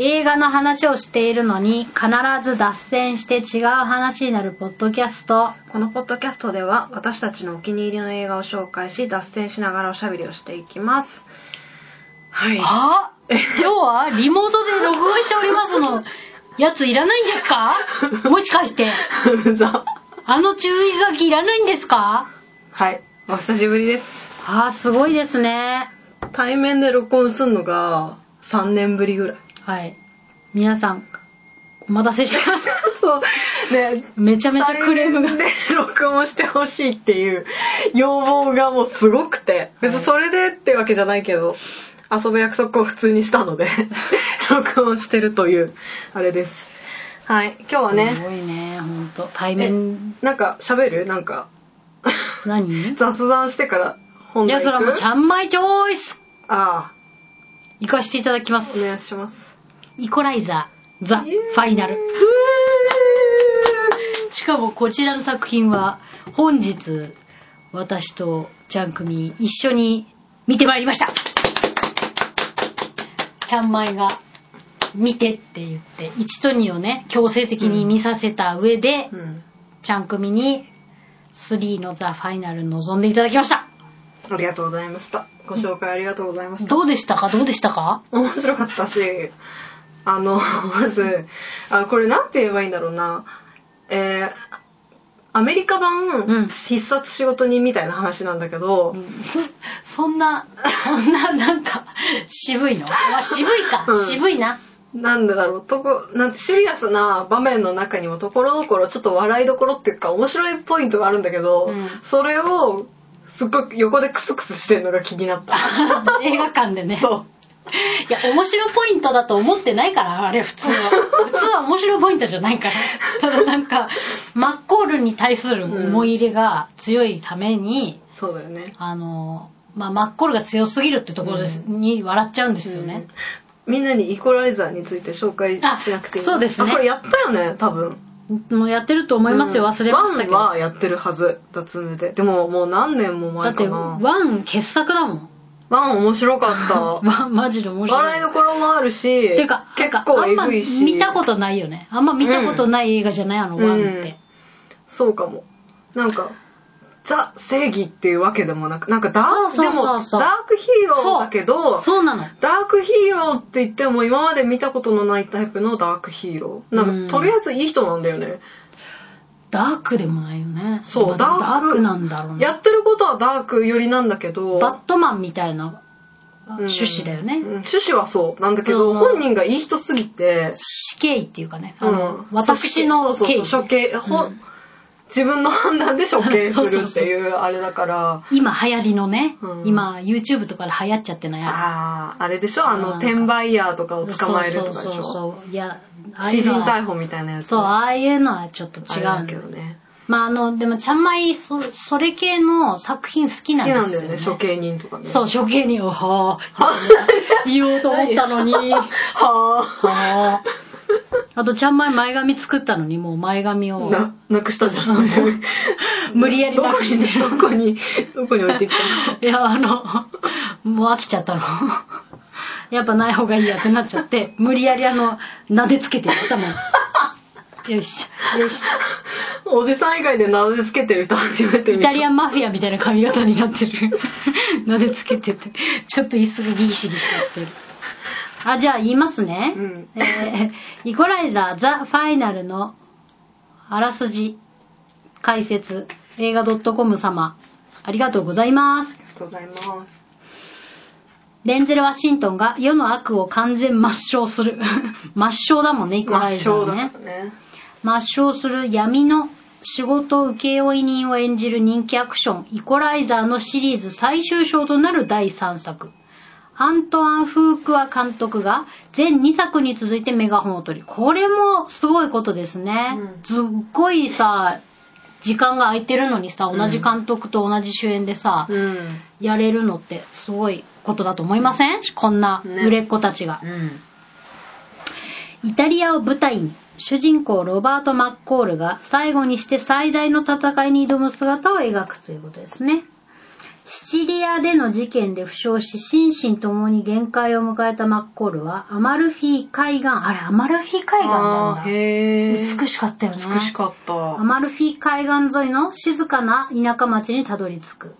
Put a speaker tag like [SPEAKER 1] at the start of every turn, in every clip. [SPEAKER 1] 映画の話をしているのに必ず脱線して違う話になるポッドキャスト
[SPEAKER 2] このポッドキャストでは私たちのお気に入りの映画を紹介し脱線しながらおしゃべりをしていきますはい
[SPEAKER 1] あ今日はリモートで録音しておりますのやついらないんですかもしかして
[SPEAKER 2] うざ
[SPEAKER 1] あの注意書きいらないんですか
[SPEAKER 2] はいお久しぶりです
[SPEAKER 1] ああすごいですね
[SPEAKER 2] 対面で録音するのが3年ぶりぐらい
[SPEAKER 1] はい皆さんお待たせしました
[SPEAKER 2] そうね
[SPEAKER 1] めちゃめちゃクレームが
[SPEAKER 2] で録音してほしいっていう要望がもうすごくて別にそれでってわけじゃないけど遊ぶ約束を普通にしたので 録音してるというあれですはい今日は
[SPEAKER 1] す
[SPEAKER 2] ね
[SPEAKER 1] ごいね本当対面
[SPEAKER 2] なんか喋るなんか
[SPEAKER 1] 何い
[SPEAKER 2] 雑談してから本
[SPEAKER 1] や
[SPEAKER 2] 題行く
[SPEAKER 1] それはもうちゃんまいチョイス
[SPEAKER 2] ああ
[SPEAKER 1] 行かせていただきま
[SPEAKER 2] お願い
[SPEAKER 1] す
[SPEAKER 2] します
[SPEAKER 1] イコライザーザ・
[SPEAKER 2] イエーイ
[SPEAKER 1] ファイナルしかもこちらの作品は本日私とちゃん組一緒に見てまいりましたちゃんまいが見てって言って1と2をね強制的に見させた上で、
[SPEAKER 2] うん
[SPEAKER 1] ちゃん組に3のザ・ファイナルに臨んでいただきました
[SPEAKER 2] ありがとうございましたご紹介ありがとうございました
[SPEAKER 1] どうでしたかどうでしたか
[SPEAKER 2] 面白かったし、あの、まず、あこれなんて言えばいいんだろうな。えー、アメリカ版、
[SPEAKER 1] うん
[SPEAKER 2] 必殺仕事人みたいな話なんだけど、
[SPEAKER 1] そそんなそんななんか渋いの、まあ、渋いか、
[SPEAKER 2] うん
[SPEAKER 1] 渋いな
[SPEAKER 2] なんでだろう、とこ、なんてシリアスな場面の中にもところどころちょっと笑いどころっていうか面白いポイントがあるんだけど、
[SPEAKER 1] うん
[SPEAKER 2] それを、すっごく横でクスクスしてるのが気になった。
[SPEAKER 1] 映画館でね
[SPEAKER 2] そう。
[SPEAKER 1] いや、面白ポイントだと思ってないから、あれ、普通は。普通は面白ポイントじゃない から。ただなんか、マッコールに対する思い入れが強いために、
[SPEAKER 2] そうだよね。
[SPEAKER 1] あの、まあ、マッコールが強すぎるってところです、に笑っちゃうんですよね。
[SPEAKER 2] うんみんなにイコライザーについて紹介しなくていいの
[SPEAKER 1] あそうですね
[SPEAKER 2] あこれやったよね、多分。
[SPEAKER 1] もうやってると思いますよ、忘れましたけ
[SPEAKER 2] ワン
[SPEAKER 1] ど。
[SPEAKER 2] はやってるはず、脱メで。でももう何年も
[SPEAKER 1] だ
[SPEAKER 2] 前
[SPEAKER 1] って、
[SPEAKER 2] かな。
[SPEAKER 1] ワン傑作だもん。
[SPEAKER 2] ワン面白かっ
[SPEAKER 1] ワン マジで面
[SPEAKER 2] た。
[SPEAKER 1] 白い。
[SPEAKER 2] 笑いどころもあるし、
[SPEAKER 1] てか、
[SPEAKER 2] 結
[SPEAKER 1] なんか
[SPEAKER 2] 構
[SPEAKER 1] あ
[SPEAKER 2] え
[SPEAKER 1] んま
[SPEAKER 2] ぐいし。
[SPEAKER 1] 見たことないよね。あんま見たことない映画じゃない、あの、ワンって。
[SPEAKER 2] そうかも。なんか、ザ・正義っていうわけでもなく、なんかダーク、
[SPEAKER 1] そうそうそうそう
[SPEAKER 2] でもダークヒーローだけど、
[SPEAKER 1] そうなの。
[SPEAKER 2] ダークヒーローって言っても今まで見たことのないタイプのダークヒーロー。なんか、
[SPEAKER 1] うん
[SPEAKER 2] とりあえずいい人なんだよね。
[SPEAKER 1] ダークでもないよね。
[SPEAKER 2] そう
[SPEAKER 1] まあでも
[SPEAKER 2] ダーク
[SPEAKER 1] ダークなんだろう
[SPEAKER 2] や
[SPEAKER 1] ね。
[SPEAKER 2] ってることはダーク寄りなんだけど、
[SPEAKER 1] バットマンみたいな
[SPEAKER 2] うん
[SPEAKER 1] 趣旨だよね。
[SPEAKER 2] うん趣旨はそうなんだけど、
[SPEAKER 1] うん
[SPEAKER 2] 本人がいい人すぎて、
[SPEAKER 1] 死刑っていうかね。あ
[SPEAKER 2] うん
[SPEAKER 1] の、私の
[SPEAKER 2] そう
[SPEAKER 1] 刑
[SPEAKER 2] そう。そう処刑、ほん自分の判断で処刑す
[SPEAKER 1] そう
[SPEAKER 2] る
[SPEAKER 1] そう
[SPEAKER 2] って
[SPEAKER 1] そう
[SPEAKER 2] いうあれだから
[SPEAKER 1] 今流行りのね、
[SPEAKER 2] うん
[SPEAKER 1] 今 YouTube とかで流行っちゃってない。
[SPEAKER 2] あああれでしょあの
[SPEAKER 1] なんか
[SPEAKER 2] 転売ヤーとかを捕まえるとかでし
[SPEAKER 1] そうそう
[SPEAKER 2] ょ
[SPEAKER 1] そうそう。いや、ああい
[SPEAKER 2] 詩
[SPEAKER 1] うの
[SPEAKER 2] 人
[SPEAKER 1] は
[SPEAKER 2] 逮捕みたいなやつ
[SPEAKER 1] そう、ああいうのはちょっと
[SPEAKER 2] あ
[SPEAKER 1] 違
[SPEAKER 2] れ
[SPEAKER 1] う
[SPEAKER 2] だ
[SPEAKER 1] んだ
[SPEAKER 2] け
[SPEAKER 1] よ
[SPEAKER 2] どね
[SPEAKER 1] まああの、でもちゃんまい、そそれ系の作品好きな
[SPEAKER 2] 好
[SPEAKER 1] ん
[SPEAKER 2] き
[SPEAKER 1] で
[SPEAKER 2] なん
[SPEAKER 1] す
[SPEAKER 2] だ
[SPEAKER 1] よ
[SPEAKER 2] よ
[SPEAKER 1] ね。
[SPEAKER 2] ね処刑人とかね
[SPEAKER 1] そう、処刑に、おほー 言おうと思ったのに。
[SPEAKER 2] は
[SPEAKER 1] あとちゃんまい前髪作ったのにもう前髪
[SPEAKER 2] あ
[SPEAKER 1] を
[SPEAKER 2] ななくしたじゃん
[SPEAKER 1] 無理やり
[SPEAKER 2] ど
[SPEAKER 1] な
[SPEAKER 2] こ
[SPEAKER 1] くして
[SPEAKER 2] にどこにどこに置いてきたの
[SPEAKER 1] いやあのもう飽きちゃったのやっぱない方がいいやってなっちゃって無理やりあの撫でつけてやったもんよいしょよいし
[SPEAKER 2] おじさん以外で名でつけてる人初めて
[SPEAKER 1] ょ
[SPEAKER 2] 見
[SPEAKER 1] イ
[SPEAKER 2] た
[SPEAKER 1] タリアンマフィアみたいな髪型になって る撫でつけててちょっと椅子がギシギシやってるあじゃあ言いますね、
[SPEAKER 2] うん
[SPEAKER 1] えーイコライザーザ・ファイナルのあらすじ解説映画 .com 様ありがとうございます
[SPEAKER 2] ありがとうございます。
[SPEAKER 1] デンゼル・ワシントンが世の悪を完全抹消する 抹消だもんねイコライザーはね
[SPEAKER 2] たね。
[SPEAKER 1] 抹消する闇の仕事請負人を演じる人気アクション「イコライザー」のシリーズ最終章となる第3作アントワン・フークワ監督が全2作に続いてメガホンを取りこれもすごいことですね、
[SPEAKER 2] うん
[SPEAKER 1] すっごいさ時間が空いてるのにさ同じ監督と同じ主演でさ、
[SPEAKER 2] うん。
[SPEAKER 1] やれるのってすごいことだと思いませんこんな売れっ子たちが、
[SPEAKER 2] うん。
[SPEAKER 1] イタリアを舞台に主人公ロバート・マッコールが最後にして最大の戦いに挑む姿を描くということですね。シチリアでの事件で負傷し、心身ともに限界を迎えたマッコールは、アマルフィ海岸、あれ、アマルフィ海岸なんだ
[SPEAKER 2] あー。へー
[SPEAKER 1] 美しかったよね。
[SPEAKER 2] 美しかった
[SPEAKER 1] アマルフィ海岸沿いの静かな田舎町にたどり着く。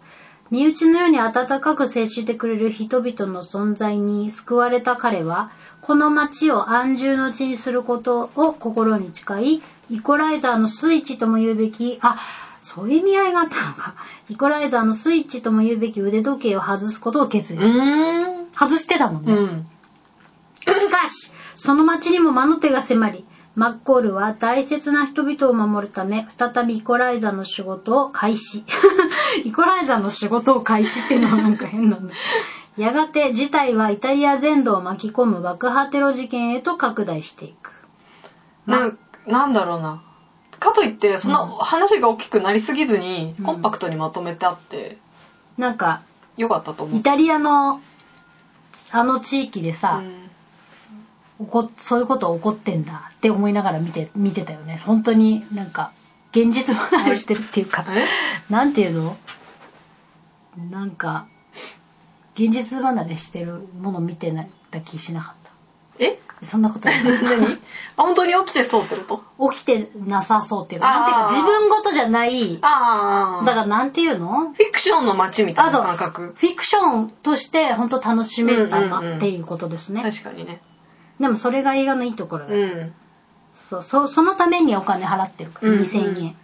[SPEAKER 1] 身内のように温かく接してくれる人々の存在に救われた彼は、この町を安住の地にすることを心に誓い、イコライザーのスイッチとも言うべき、あ、そういう意味合いがあったのか。イコライザーのスイッチとも言うべき腕時計を外すことを決
[SPEAKER 2] う
[SPEAKER 1] 意。
[SPEAKER 2] ーん
[SPEAKER 1] 外してたもんね。
[SPEAKER 2] うん
[SPEAKER 1] しかし、その町にも魔の手が迫り、マッコールは大切な人々を守るため、再びイコライザーの仕事を開始。 イコライザーの仕事を開始っていうのはなんか変なんだ。やがて事態はイタリア全土を巻き込む爆破テロ事件へと拡大していく。
[SPEAKER 2] なんなんだろうなかといってそんな話が大きくなりすぎずに
[SPEAKER 1] うん
[SPEAKER 2] コンパクトにまとめてあって
[SPEAKER 1] なんか、
[SPEAKER 2] よかったと思
[SPEAKER 1] イ
[SPEAKER 2] う
[SPEAKER 1] タリアのあの地域で
[SPEAKER 2] う
[SPEAKER 1] さ、
[SPEAKER 2] ん
[SPEAKER 1] 起こそういうこと起こってんだって思いながら見て見てたよね。本当になんか、現実離れしてるっていうか。
[SPEAKER 2] え
[SPEAKER 1] なんていうのなんか、現実離れしてるもの見てなった気しなかっ
[SPEAKER 2] え
[SPEAKER 1] た。そんなことない。
[SPEAKER 2] 何あ本当に起きてそうってこと
[SPEAKER 1] 起きてなさそうっていうか、
[SPEAKER 2] あ
[SPEAKER 1] なんていうか自
[SPEAKER 2] ー
[SPEAKER 1] 分ごとじゃない、だ
[SPEAKER 2] ああ
[SPEAKER 1] からなんていうの
[SPEAKER 2] フィクションの街みたいな感覚
[SPEAKER 1] フィクションとして本当楽しめた
[SPEAKER 2] うんうんう
[SPEAKER 1] なんっていうことですね。
[SPEAKER 2] 確かにね
[SPEAKER 1] でもそれが映画のいいところだ、
[SPEAKER 2] うん
[SPEAKER 1] そうそ。そのためにお金払ってるから、
[SPEAKER 2] うんうん
[SPEAKER 1] 2000円。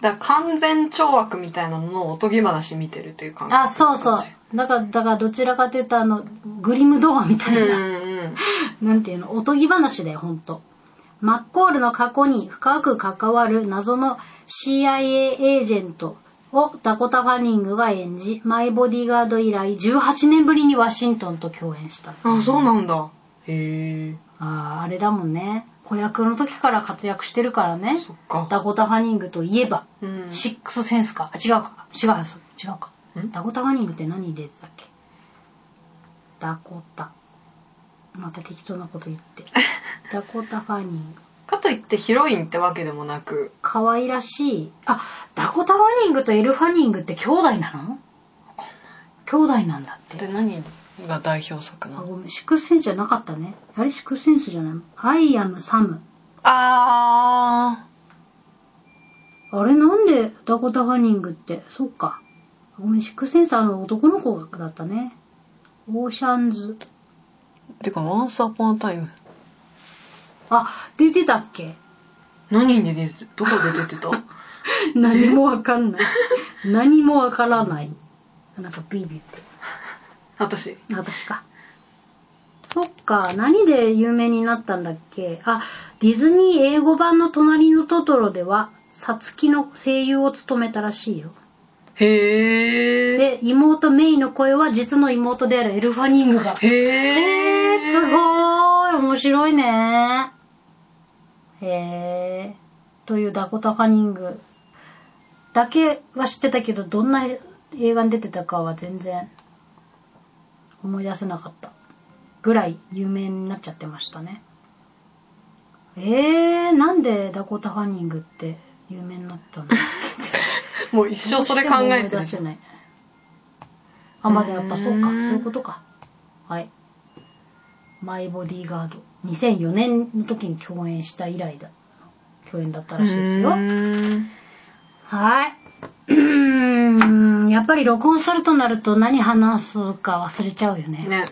[SPEAKER 2] だから完全懲悪みたいなものをおとぎ話見てるっていう感覚
[SPEAKER 1] あ、そうそう。だから、だからどちらかというとあの、グリム童話みた
[SPEAKER 2] うん
[SPEAKER 1] いな。
[SPEAKER 2] うん
[SPEAKER 1] なんていうの、おとぎ話だよ、ほんと。マッコールの過去に深く関わる謎の CIA エージェントをダコタ・ファニングが演じ、マイ・ボディーガード以来18年ぶりにワシントンと共演した。
[SPEAKER 2] うんあそうなんだへ
[SPEAKER 1] あーあれだもんね。子役の時から活躍してるから
[SPEAKER 2] え
[SPEAKER 1] ね。
[SPEAKER 2] そっか
[SPEAKER 1] ダコタ・ファニングといえば、
[SPEAKER 2] うん
[SPEAKER 1] シックスセンスか。あ違うか。違うよ、それ違うか。
[SPEAKER 2] ん
[SPEAKER 1] ダコタ・ファニングって何に出てたっけダコタ。また適当なこと言って。ダコタ・ファニング。
[SPEAKER 2] かといってヒロインってわけでもなく
[SPEAKER 1] 可愛らしい。あ、ダコタ・ファニングとエル・ファニングって兄弟なの兄弟なんだっ
[SPEAKER 2] で
[SPEAKER 1] て。
[SPEAKER 2] 何が代表作な
[SPEAKER 1] あ、
[SPEAKER 2] の
[SPEAKER 1] ごめん、シックスセンスじゃなかったね。あれ、シックスセンスじゃないのアイ・アム・サム。
[SPEAKER 2] あ
[SPEAKER 1] あれ、なんでダコタ・ファニングって、そっか。ごめん、シックスセンスあの男の子だったね。オーシャンズ。
[SPEAKER 2] ーてか「ワンスアポンタイム
[SPEAKER 1] あ、出てたっけ」
[SPEAKER 2] 何に出てどこで出てた
[SPEAKER 1] 何もわかんない。何もわからない。なんかビービーって。
[SPEAKER 2] 私
[SPEAKER 1] 私か。そっか、何で有名になったんだっけあ、ディズニー英語版の隣のトトロでは、サツキの声優を務めたらしいよ。
[SPEAKER 2] へえ
[SPEAKER 1] で、妹メイの声は実の妹であるエルファニングが。
[SPEAKER 2] へ
[SPEAKER 1] え
[SPEAKER 2] え
[SPEAKER 1] ー、すご
[SPEAKER 2] い
[SPEAKER 1] ーい、面白いねへえー、というダコタ・ファニングだけは知ってたけど、どんな映画に出てたかは全然思い出せなかったぐらい有名になっちゃってましたね。えー、なんでダコタ・ファニングって有名になったの
[SPEAKER 2] もう一生それ考えて
[SPEAKER 1] どう
[SPEAKER 2] る
[SPEAKER 1] しても思い出せない。あ、まだやっぱそうか、
[SPEAKER 2] う
[SPEAKER 1] そう
[SPEAKER 2] ーん
[SPEAKER 1] いうことか。はい。マイボディーガード。2004年の時に共演した以来だ。共演だったらしいですよ。
[SPEAKER 2] うーん
[SPEAKER 1] はい。うーん、やっぱり録音するとなると何話すか忘れちゃうよね。
[SPEAKER 2] ね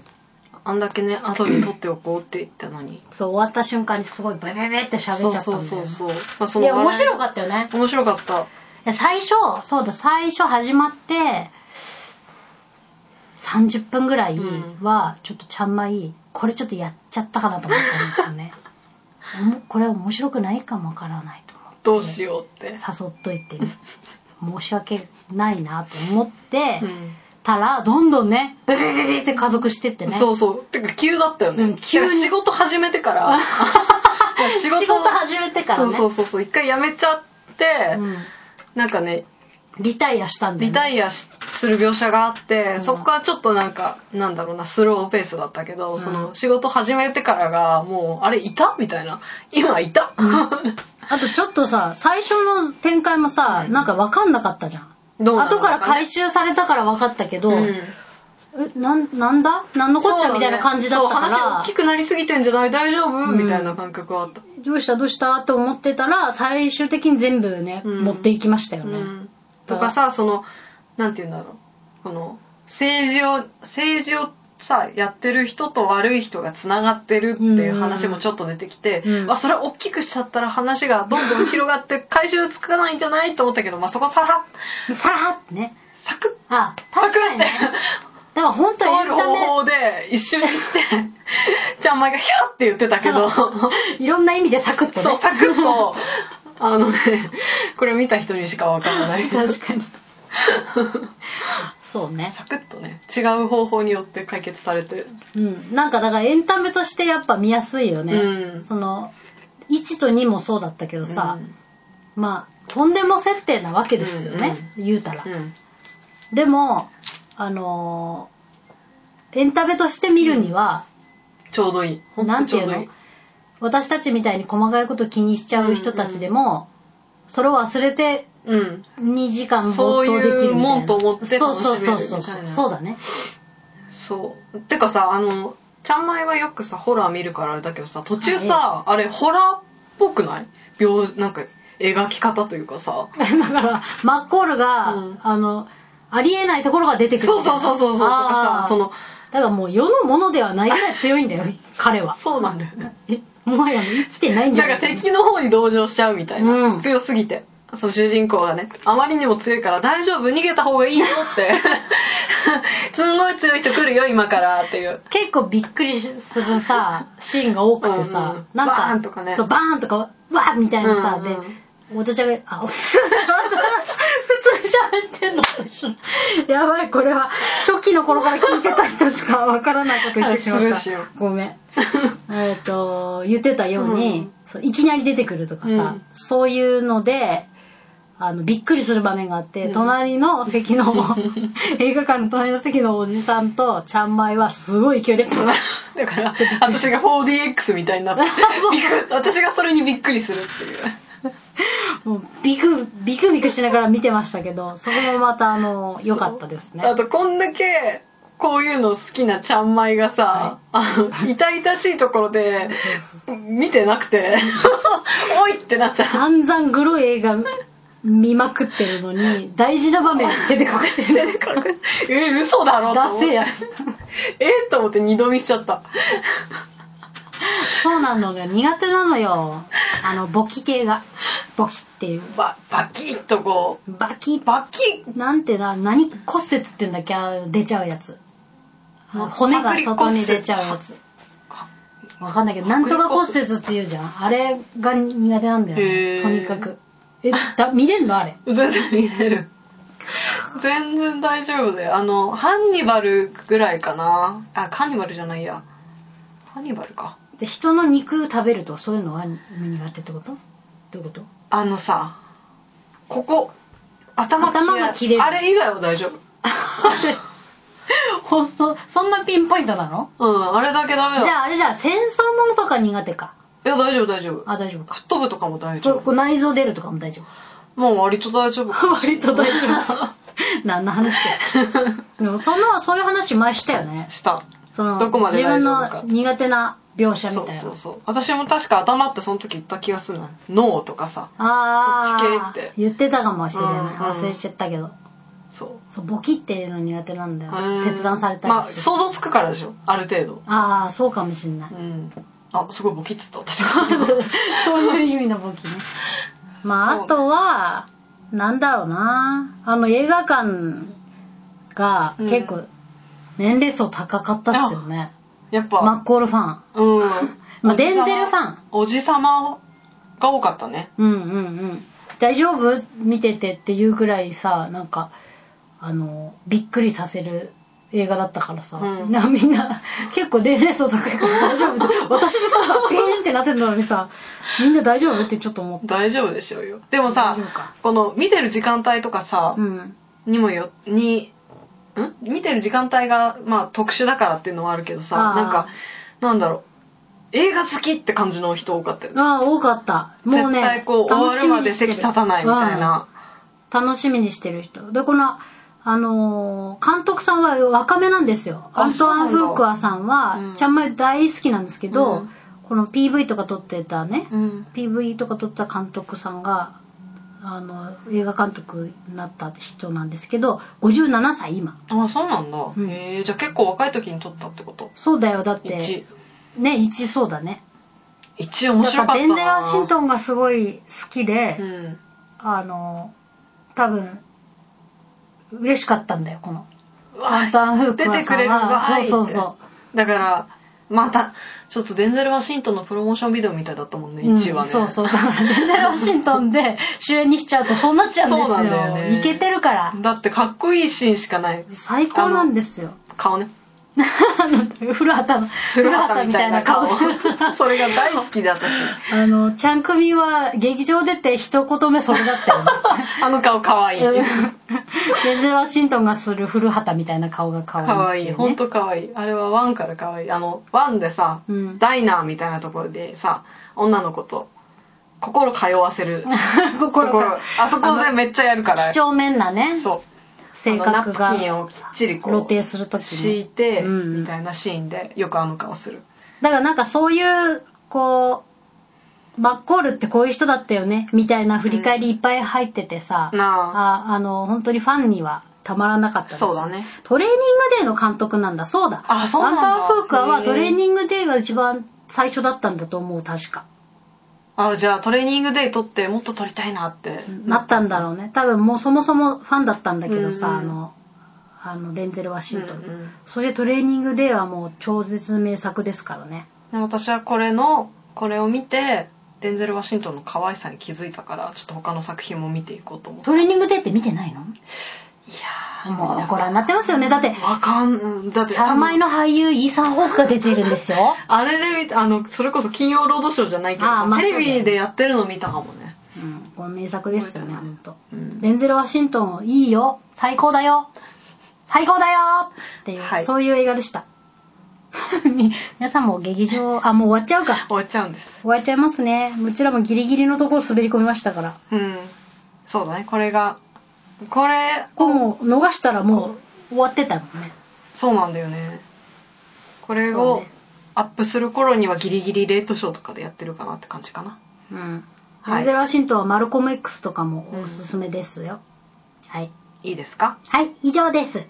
[SPEAKER 2] あんだけね後で撮っておこうって言ったのに
[SPEAKER 1] そう、終わった瞬間にすごいベベベって喋っちゃった
[SPEAKER 2] そ
[SPEAKER 1] ん
[SPEAKER 2] う
[SPEAKER 1] だよ、ね。
[SPEAKER 2] そうそうそう、まあ、そ
[SPEAKER 1] いや、面
[SPEAKER 2] 笑
[SPEAKER 1] 白かったよね。
[SPEAKER 2] 面白かった
[SPEAKER 1] いや最初そうだ最初始まって30分ぐらいはちょっとちゃんまいこれちょっとやっちゃったかなと思ったんですよねおもこれ面白くないかもわからないと
[SPEAKER 2] どうしようって、
[SPEAKER 1] 思って誘っといて申し訳ないなと思って
[SPEAKER 2] うん
[SPEAKER 1] たらどんどんねベベベベって加速してってね
[SPEAKER 2] そうそうてか急だったよね、
[SPEAKER 1] うん急に
[SPEAKER 2] てか仕事始めてから いや仕
[SPEAKER 1] 仕事始めてからね
[SPEAKER 2] そうそうそうそう一回やめちゃって、
[SPEAKER 1] うん
[SPEAKER 2] なんかね
[SPEAKER 1] リタイアしたんだよ
[SPEAKER 2] リタ
[SPEAKER 1] ね
[SPEAKER 2] イアしする描写があって、
[SPEAKER 1] うん
[SPEAKER 2] そこはちょっとなんかなんだろうなスローペースだったけど、
[SPEAKER 1] ん
[SPEAKER 2] その仕事始めてからがもうあれいたみたいな今いた、
[SPEAKER 1] あとちょっとさ最初の展開もさ、
[SPEAKER 2] うん
[SPEAKER 1] なんかわかんなかったじゃん
[SPEAKER 2] どうなの
[SPEAKER 1] 後から回収されたから分かったけど、
[SPEAKER 2] うん
[SPEAKER 1] えなんなんだなんのこっちゃみたいな感じだったか
[SPEAKER 2] そう話
[SPEAKER 1] ら、
[SPEAKER 2] 大きくなりすぎてんじゃない大丈夫、
[SPEAKER 1] うん
[SPEAKER 2] みたいな感覚はあった、
[SPEAKER 1] どうしたどうしたと思ってたら最終的に全部ね、
[SPEAKER 2] うん
[SPEAKER 1] 持っていきましたよ
[SPEAKER 2] う
[SPEAKER 1] ね、
[SPEAKER 2] ん、とかさそのなんて言うんだろうこの政治を政治をさやってる人と悪い人がつながってるっていう話もちょっと出てきて、
[SPEAKER 1] うん
[SPEAKER 2] まあ、それ大きくしちゃったら話がどんどん広がって回収つかないんじゃないと思ったけど、まあ、そこさら
[SPEAKER 1] さらってね
[SPEAKER 2] サクッ
[SPEAKER 1] あ確かにね
[SPEAKER 2] サクッて
[SPEAKER 1] だから本当
[SPEAKER 2] とあ
[SPEAKER 1] エン
[SPEAKER 2] る
[SPEAKER 1] タ
[SPEAKER 2] 方
[SPEAKER 1] メ
[SPEAKER 2] 法で一瞬にして ちゃんまいが「ヒャッ!」って言ってたけど
[SPEAKER 1] いろんな意味でサクッとね
[SPEAKER 2] そうサクッとあのねこれ見た人にしかわからない
[SPEAKER 1] 確かにそうね
[SPEAKER 2] サクッとね違う方法によって解決されてる、
[SPEAKER 1] うんなんかだからエンタメとしてやっぱ見やすいよね、
[SPEAKER 2] うん
[SPEAKER 1] その1と2もそうだったけどさ、
[SPEAKER 2] うん
[SPEAKER 1] まあとんでも設定なわけですよね、言うたら、
[SPEAKER 2] うん
[SPEAKER 1] でもあのーエンタメとして見るには、
[SPEAKER 2] ちょうどいいほん
[SPEAKER 1] なん
[SPEAKER 2] と
[SPEAKER 1] てい
[SPEAKER 2] ちょ
[SPEAKER 1] う
[SPEAKER 2] うどい
[SPEAKER 1] の
[SPEAKER 2] い
[SPEAKER 1] 私たちみたいに細かいこと気にしちゃう人たちでも、それを忘れて
[SPEAKER 2] うん
[SPEAKER 1] 2時間没頭できるみたいな
[SPEAKER 2] そういうもんと思って
[SPEAKER 1] そう
[SPEAKER 2] 楽しめ
[SPEAKER 1] そ
[SPEAKER 2] る
[SPEAKER 1] う
[SPEAKER 2] みたい
[SPEAKER 1] そう
[SPEAKER 2] な
[SPEAKER 1] そうそうそうだね
[SPEAKER 2] そうてかさあのちゃんまいはよくさホラー見るからあれだけどさ途中さ、あれホラーっぽくない描なんか描き方というかさ
[SPEAKER 1] だからマッコールが、
[SPEAKER 2] うん
[SPEAKER 1] あのありえないところが出てくる
[SPEAKER 2] そうそうそうそうそうとか
[SPEAKER 1] あ
[SPEAKER 2] さ
[SPEAKER 1] ー
[SPEAKER 2] その
[SPEAKER 1] だからもう世のものではないぐらい強いんだよ彼は
[SPEAKER 2] そうなんだよね
[SPEAKER 1] えもはや生きてないんじ
[SPEAKER 2] な
[SPEAKER 1] ゃ
[SPEAKER 2] ん
[SPEAKER 1] ない
[SPEAKER 2] か敵の方に同情しちゃうみたいな、
[SPEAKER 1] うん
[SPEAKER 2] 強すぎてその主人公がねあまりにも強いから大丈夫逃げた方がいいよって すんごい強い人来るよ今からっていう
[SPEAKER 1] 結構びっくりするさシーンが多くてさ、
[SPEAKER 2] うんうん
[SPEAKER 1] なんか
[SPEAKER 2] バーンとかね
[SPEAKER 1] そうバーンとかわーみたいなさ、
[SPEAKER 2] うん
[SPEAKER 1] で
[SPEAKER 2] うん
[SPEAKER 1] おとちゃんがあお普通に喋ってんのやばいこれは初期の頃から聞いてた人しかわからないこと言ってしまっ
[SPEAKER 2] はい
[SPEAKER 1] た
[SPEAKER 2] スルーしよ
[SPEAKER 1] ごめんえっと言ってたように、
[SPEAKER 2] うん
[SPEAKER 1] そういきなり出てくるとかさ、
[SPEAKER 2] うん
[SPEAKER 1] そういうのであのびっくりする場面があって、
[SPEAKER 2] うん
[SPEAKER 1] 隣の席の映画館の隣の席のおじさんとちゃんまいはすごい勢いで
[SPEAKER 2] だから私が 4DX みたいになってびっくり私がそれにびっくりするっていう
[SPEAKER 1] もうビクビクビクしながら見てましたけどそこもまたあの良かったですね
[SPEAKER 2] あとこんだけこういうの好きなちゃんまいがさ、あの痛々しいところで
[SPEAKER 1] そうそう
[SPEAKER 2] 見てなく ておいってなっちゃう
[SPEAKER 1] 散々グロい映画見まくってるのに大事な場面出て隠してる
[SPEAKER 2] え嘘だろと思
[SPEAKER 1] ダ
[SPEAKER 2] って
[SPEAKER 1] セえやつ
[SPEAKER 2] えと思って二度見しちゃった
[SPEAKER 1] そうなのが苦手なのよあのボキ系がボキっていう
[SPEAKER 2] ババキッとこ
[SPEAKER 1] バキ
[SPEAKER 2] うバキッ
[SPEAKER 1] なんてな何骨折って言うんだっけあの出ちゃうやつ
[SPEAKER 2] あ
[SPEAKER 1] 骨が外に出ちゃうやつわかんないけどなんとか骨折って言うじゃんあれが苦手なんだよね
[SPEAKER 2] へー
[SPEAKER 1] とにかくえだ見れんのあれ
[SPEAKER 2] 全然見れる全然大丈夫だよあのハンニバルぐらいかなあカンニバルじゃないやハンニバルか
[SPEAKER 1] で人の肉食べるとそういうのは苦手ってことどういうこ と
[SPEAKER 2] あのさここ頭
[SPEAKER 1] 頭が切れる
[SPEAKER 2] あれ以外は大丈
[SPEAKER 1] ほんとそんなピンポイントなの
[SPEAKER 2] 夫うんあれだけダメだ
[SPEAKER 1] じゃああれじゃあ戦争ものとか苦手か
[SPEAKER 2] いや大丈夫大丈夫
[SPEAKER 1] あ大丈夫か
[SPEAKER 2] 吹っ飛ぶとかも大丈
[SPEAKER 1] こ
[SPEAKER 2] 夫
[SPEAKER 1] こ内臓出るとかも大丈夫
[SPEAKER 2] もう割と大丈夫か
[SPEAKER 1] 割と大丈 夫何の話だよでもそのそういう話前したよ ね
[SPEAKER 2] した
[SPEAKER 1] その
[SPEAKER 2] どこまで
[SPEAKER 1] 自分
[SPEAKER 2] 大丈夫か
[SPEAKER 1] の苦手な描写みた
[SPEAKER 2] そ
[SPEAKER 1] いうな
[SPEAKER 2] そうそう私も確か頭ってその時言った気がするな脳とかさ
[SPEAKER 1] ああ
[SPEAKER 2] そっち系って
[SPEAKER 1] 言ってたかもしれない、
[SPEAKER 2] うんうん
[SPEAKER 1] 忘れちゃったけど
[SPEAKER 2] そう
[SPEAKER 1] そうボキっていうの苦手なんだ
[SPEAKER 2] う
[SPEAKER 1] よ
[SPEAKER 2] ん
[SPEAKER 1] 切断された
[SPEAKER 2] まあ
[SPEAKER 1] りする、
[SPEAKER 2] 想像つくからでしょある程度
[SPEAKER 1] ああそうかもしれない
[SPEAKER 2] うんあすごいボキッつった私が
[SPEAKER 1] そういう意味のボキねまあ
[SPEAKER 2] そう
[SPEAKER 1] あとはなんだろうなあの映画館が
[SPEAKER 2] うん
[SPEAKER 1] 結構年齢層高かったっすよね、
[SPEAKER 2] やっぱ、
[SPEAKER 1] マッコールファン
[SPEAKER 2] うん
[SPEAKER 1] まあデンゼルファン
[SPEAKER 2] おじさまが多かったね
[SPEAKER 1] うんうんうん大丈夫見ててっていうぐらいさなんかあのびっくりさせる映画だったからさ、
[SPEAKER 2] うん
[SPEAKER 1] なみんな結構年齢層高いから大丈夫 私でさピーンってなってるのにさみんな大丈夫ってちょっと思って
[SPEAKER 2] 大丈夫でしょうよでもさ
[SPEAKER 1] 大丈夫か
[SPEAKER 2] この見てる時間帯とかさ、
[SPEAKER 1] うん
[SPEAKER 2] にもよにん見てる時間帯がまあ特殊だからっていうのはあるけどさ
[SPEAKER 1] あー
[SPEAKER 2] なんかなんだろう映画好きって感じの人多かったよね
[SPEAKER 1] ああ多かったもう
[SPEAKER 2] 絶
[SPEAKER 1] ね
[SPEAKER 2] 対こう終わるまで席立たないみたいな
[SPEAKER 1] 楽しみにしてる人。で、この、あのー監督さんは若めなんですよ。
[SPEAKER 2] あ
[SPEAKER 1] アントワン・
[SPEAKER 2] そうなんだ
[SPEAKER 1] フークアさんは、
[SPEAKER 2] うん
[SPEAKER 1] ちゃんまい大好きなんですけど、
[SPEAKER 2] うん
[SPEAKER 1] この PV とか撮ってたね、
[SPEAKER 2] うん。
[SPEAKER 1] PV とか撮った監督さんが、あの、映画監督になった人なんですけど、57歳今。
[SPEAKER 2] あ、そうなんだ。
[SPEAKER 1] ん
[SPEAKER 2] へえ、じゃあ結構若い時に撮ったってこと
[SPEAKER 1] そうだよ、だって。
[SPEAKER 2] ?1。
[SPEAKER 1] ね、1そうだね。
[SPEAKER 2] 一面白かったな。
[SPEAKER 1] ベンゼル・ワシントンがすごい好きで、
[SPEAKER 2] うん。
[SPEAKER 1] あの、多分、嬉しかったんだよ、この。
[SPEAKER 2] うわ
[SPEAKER 1] ダン・フーク
[SPEAKER 2] 出
[SPEAKER 1] ワ
[SPEAKER 2] てく
[SPEAKER 1] さ
[SPEAKER 2] れ
[SPEAKER 1] ん
[SPEAKER 2] るわ
[SPEAKER 1] は。
[SPEAKER 2] ーい
[SPEAKER 1] そうそうそう。
[SPEAKER 2] だから、また、ちょっとデンゼル・ワシントンのプロモーションビデオみたいだったもんね、1
[SPEAKER 1] う
[SPEAKER 2] 話
[SPEAKER 1] んそ
[SPEAKER 2] ね。
[SPEAKER 1] う そう。だから、デンゼル・ワシントンで主演にしちゃうとそうなっちゃうんですよ。
[SPEAKER 2] そうなんだよね
[SPEAKER 1] イケてるから。
[SPEAKER 2] だってかっこいいシーンしかない。
[SPEAKER 1] 最高なんですよ。
[SPEAKER 2] 顔ね。
[SPEAKER 1] あの 古畑の、古畑みたいな顔する。
[SPEAKER 2] それが大好きで私。
[SPEAKER 1] あの、ちゃん組は劇場出て一言目それだった よね。
[SPEAKER 2] あの顔かわいい。
[SPEAKER 1] デンゼル・ワシントンがする古畑みたいな顔が可
[SPEAKER 2] か
[SPEAKER 1] 愛い
[SPEAKER 2] わ
[SPEAKER 1] って
[SPEAKER 2] いい。
[SPEAKER 1] うね
[SPEAKER 2] ほんとかわいい。あれはワンからかわいい。あの、ワンでさ、
[SPEAKER 1] うん
[SPEAKER 2] ダイナーみたいなところでさ、女の子と心通わせる。
[SPEAKER 1] 心
[SPEAKER 2] 心
[SPEAKER 1] が
[SPEAKER 2] あそこでめっちゃやるから
[SPEAKER 1] 几。帳面なね
[SPEAKER 2] そう。
[SPEAKER 1] 性格
[SPEAKER 2] あ
[SPEAKER 1] が
[SPEAKER 2] のナプキンをきっちりこう
[SPEAKER 1] 露呈する時
[SPEAKER 2] 敷い
[SPEAKER 1] に
[SPEAKER 2] て、
[SPEAKER 1] うん
[SPEAKER 2] みたいなシーンでよくあの顔する。
[SPEAKER 1] だからなんかそういうこうマッコールってこういう人だったよねみたいな振り返りいっぱい入っててさ、
[SPEAKER 2] なあ。
[SPEAKER 1] ああの本当にファンにはたまらなかったです
[SPEAKER 2] そうだね。
[SPEAKER 1] トレーニングデーの監督なんだそうだ
[SPEAKER 2] あそうなんだ
[SPEAKER 1] アンターフークアは
[SPEAKER 2] へえ
[SPEAKER 1] トレーニングデーが一番最初だったんだと思う確か
[SPEAKER 2] あ、じゃあトレーニングデイ撮ってもっと撮りたいなって。
[SPEAKER 1] なったんだろうね多分もうそもそもファンだったんだけどさ、
[SPEAKER 2] うんうん
[SPEAKER 1] あのあのデンゼル・ワシントン、
[SPEAKER 2] うんうん
[SPEAKER 1] そしてトレーニングデーはもう超絶名作ですからね
[SPEAKER 2] で私はこれのこれを見てデンゼル・ワシントンの可愛さに気づいたからちょっと他の作品も見ていこうと思って
[SPEAKER 1] トレーニングデーって見てないの
[SPEAKER 2] い
[SPEAKER 1] もうご覧になってますよねだって
[SPEAKER 2] わかんうんだって
[SPEAKER 1] ちゃんまいの俳優イーサン・ホークが出てるんですよ
[SPEAKER 2] あれで見たあのそれこそ金曜ロードショーじゃないけど
[SPEAKER 1] あーまあ
[SPEAKER 2] テレビでやってるの見たかもね、
[SPEAKER 1] うんこれ名作ですよね
[SPEAKER 2] 覚
[SPEAKER 1] 本当。
[SPEAKER 2] うん
[SPEAKER 1] デンゼル・ワシントンいいよ最高だよ最高だよっていう、
[SPEAKER 2] はい
[SPEAKER 1] そういう映画でした み皆さんも劇場あもう終わっちゃうか
[SPEAKER 2] 終わっちゃうんです
[SPEAKER 1] 終わっちゃいますねうちらもギリギリのところ滑り込みましたから
[SPEAKER 2] うんそうだねこれがこれ
[SPEAKER 1] ここもう逃したらもう終わってたもんね
[SPEAKER 2] そうなんだよねこれ
[SPEAKER 1] そう
[SPEAKER 2] を
[SPEAKER 1] ね
[SPEAKER 2] アップする頃にはギリギリレートショーとかでやってるかなって感じかな
[SPEAKER 1] うん
[SPEAKER 2] はい
[SPEAKER 1] デンゼル・ワシントンはマルコム X とかもおすすめですよ、はい
[SPEAKER 2] いいですか
[SPEAKER 1] はい以上です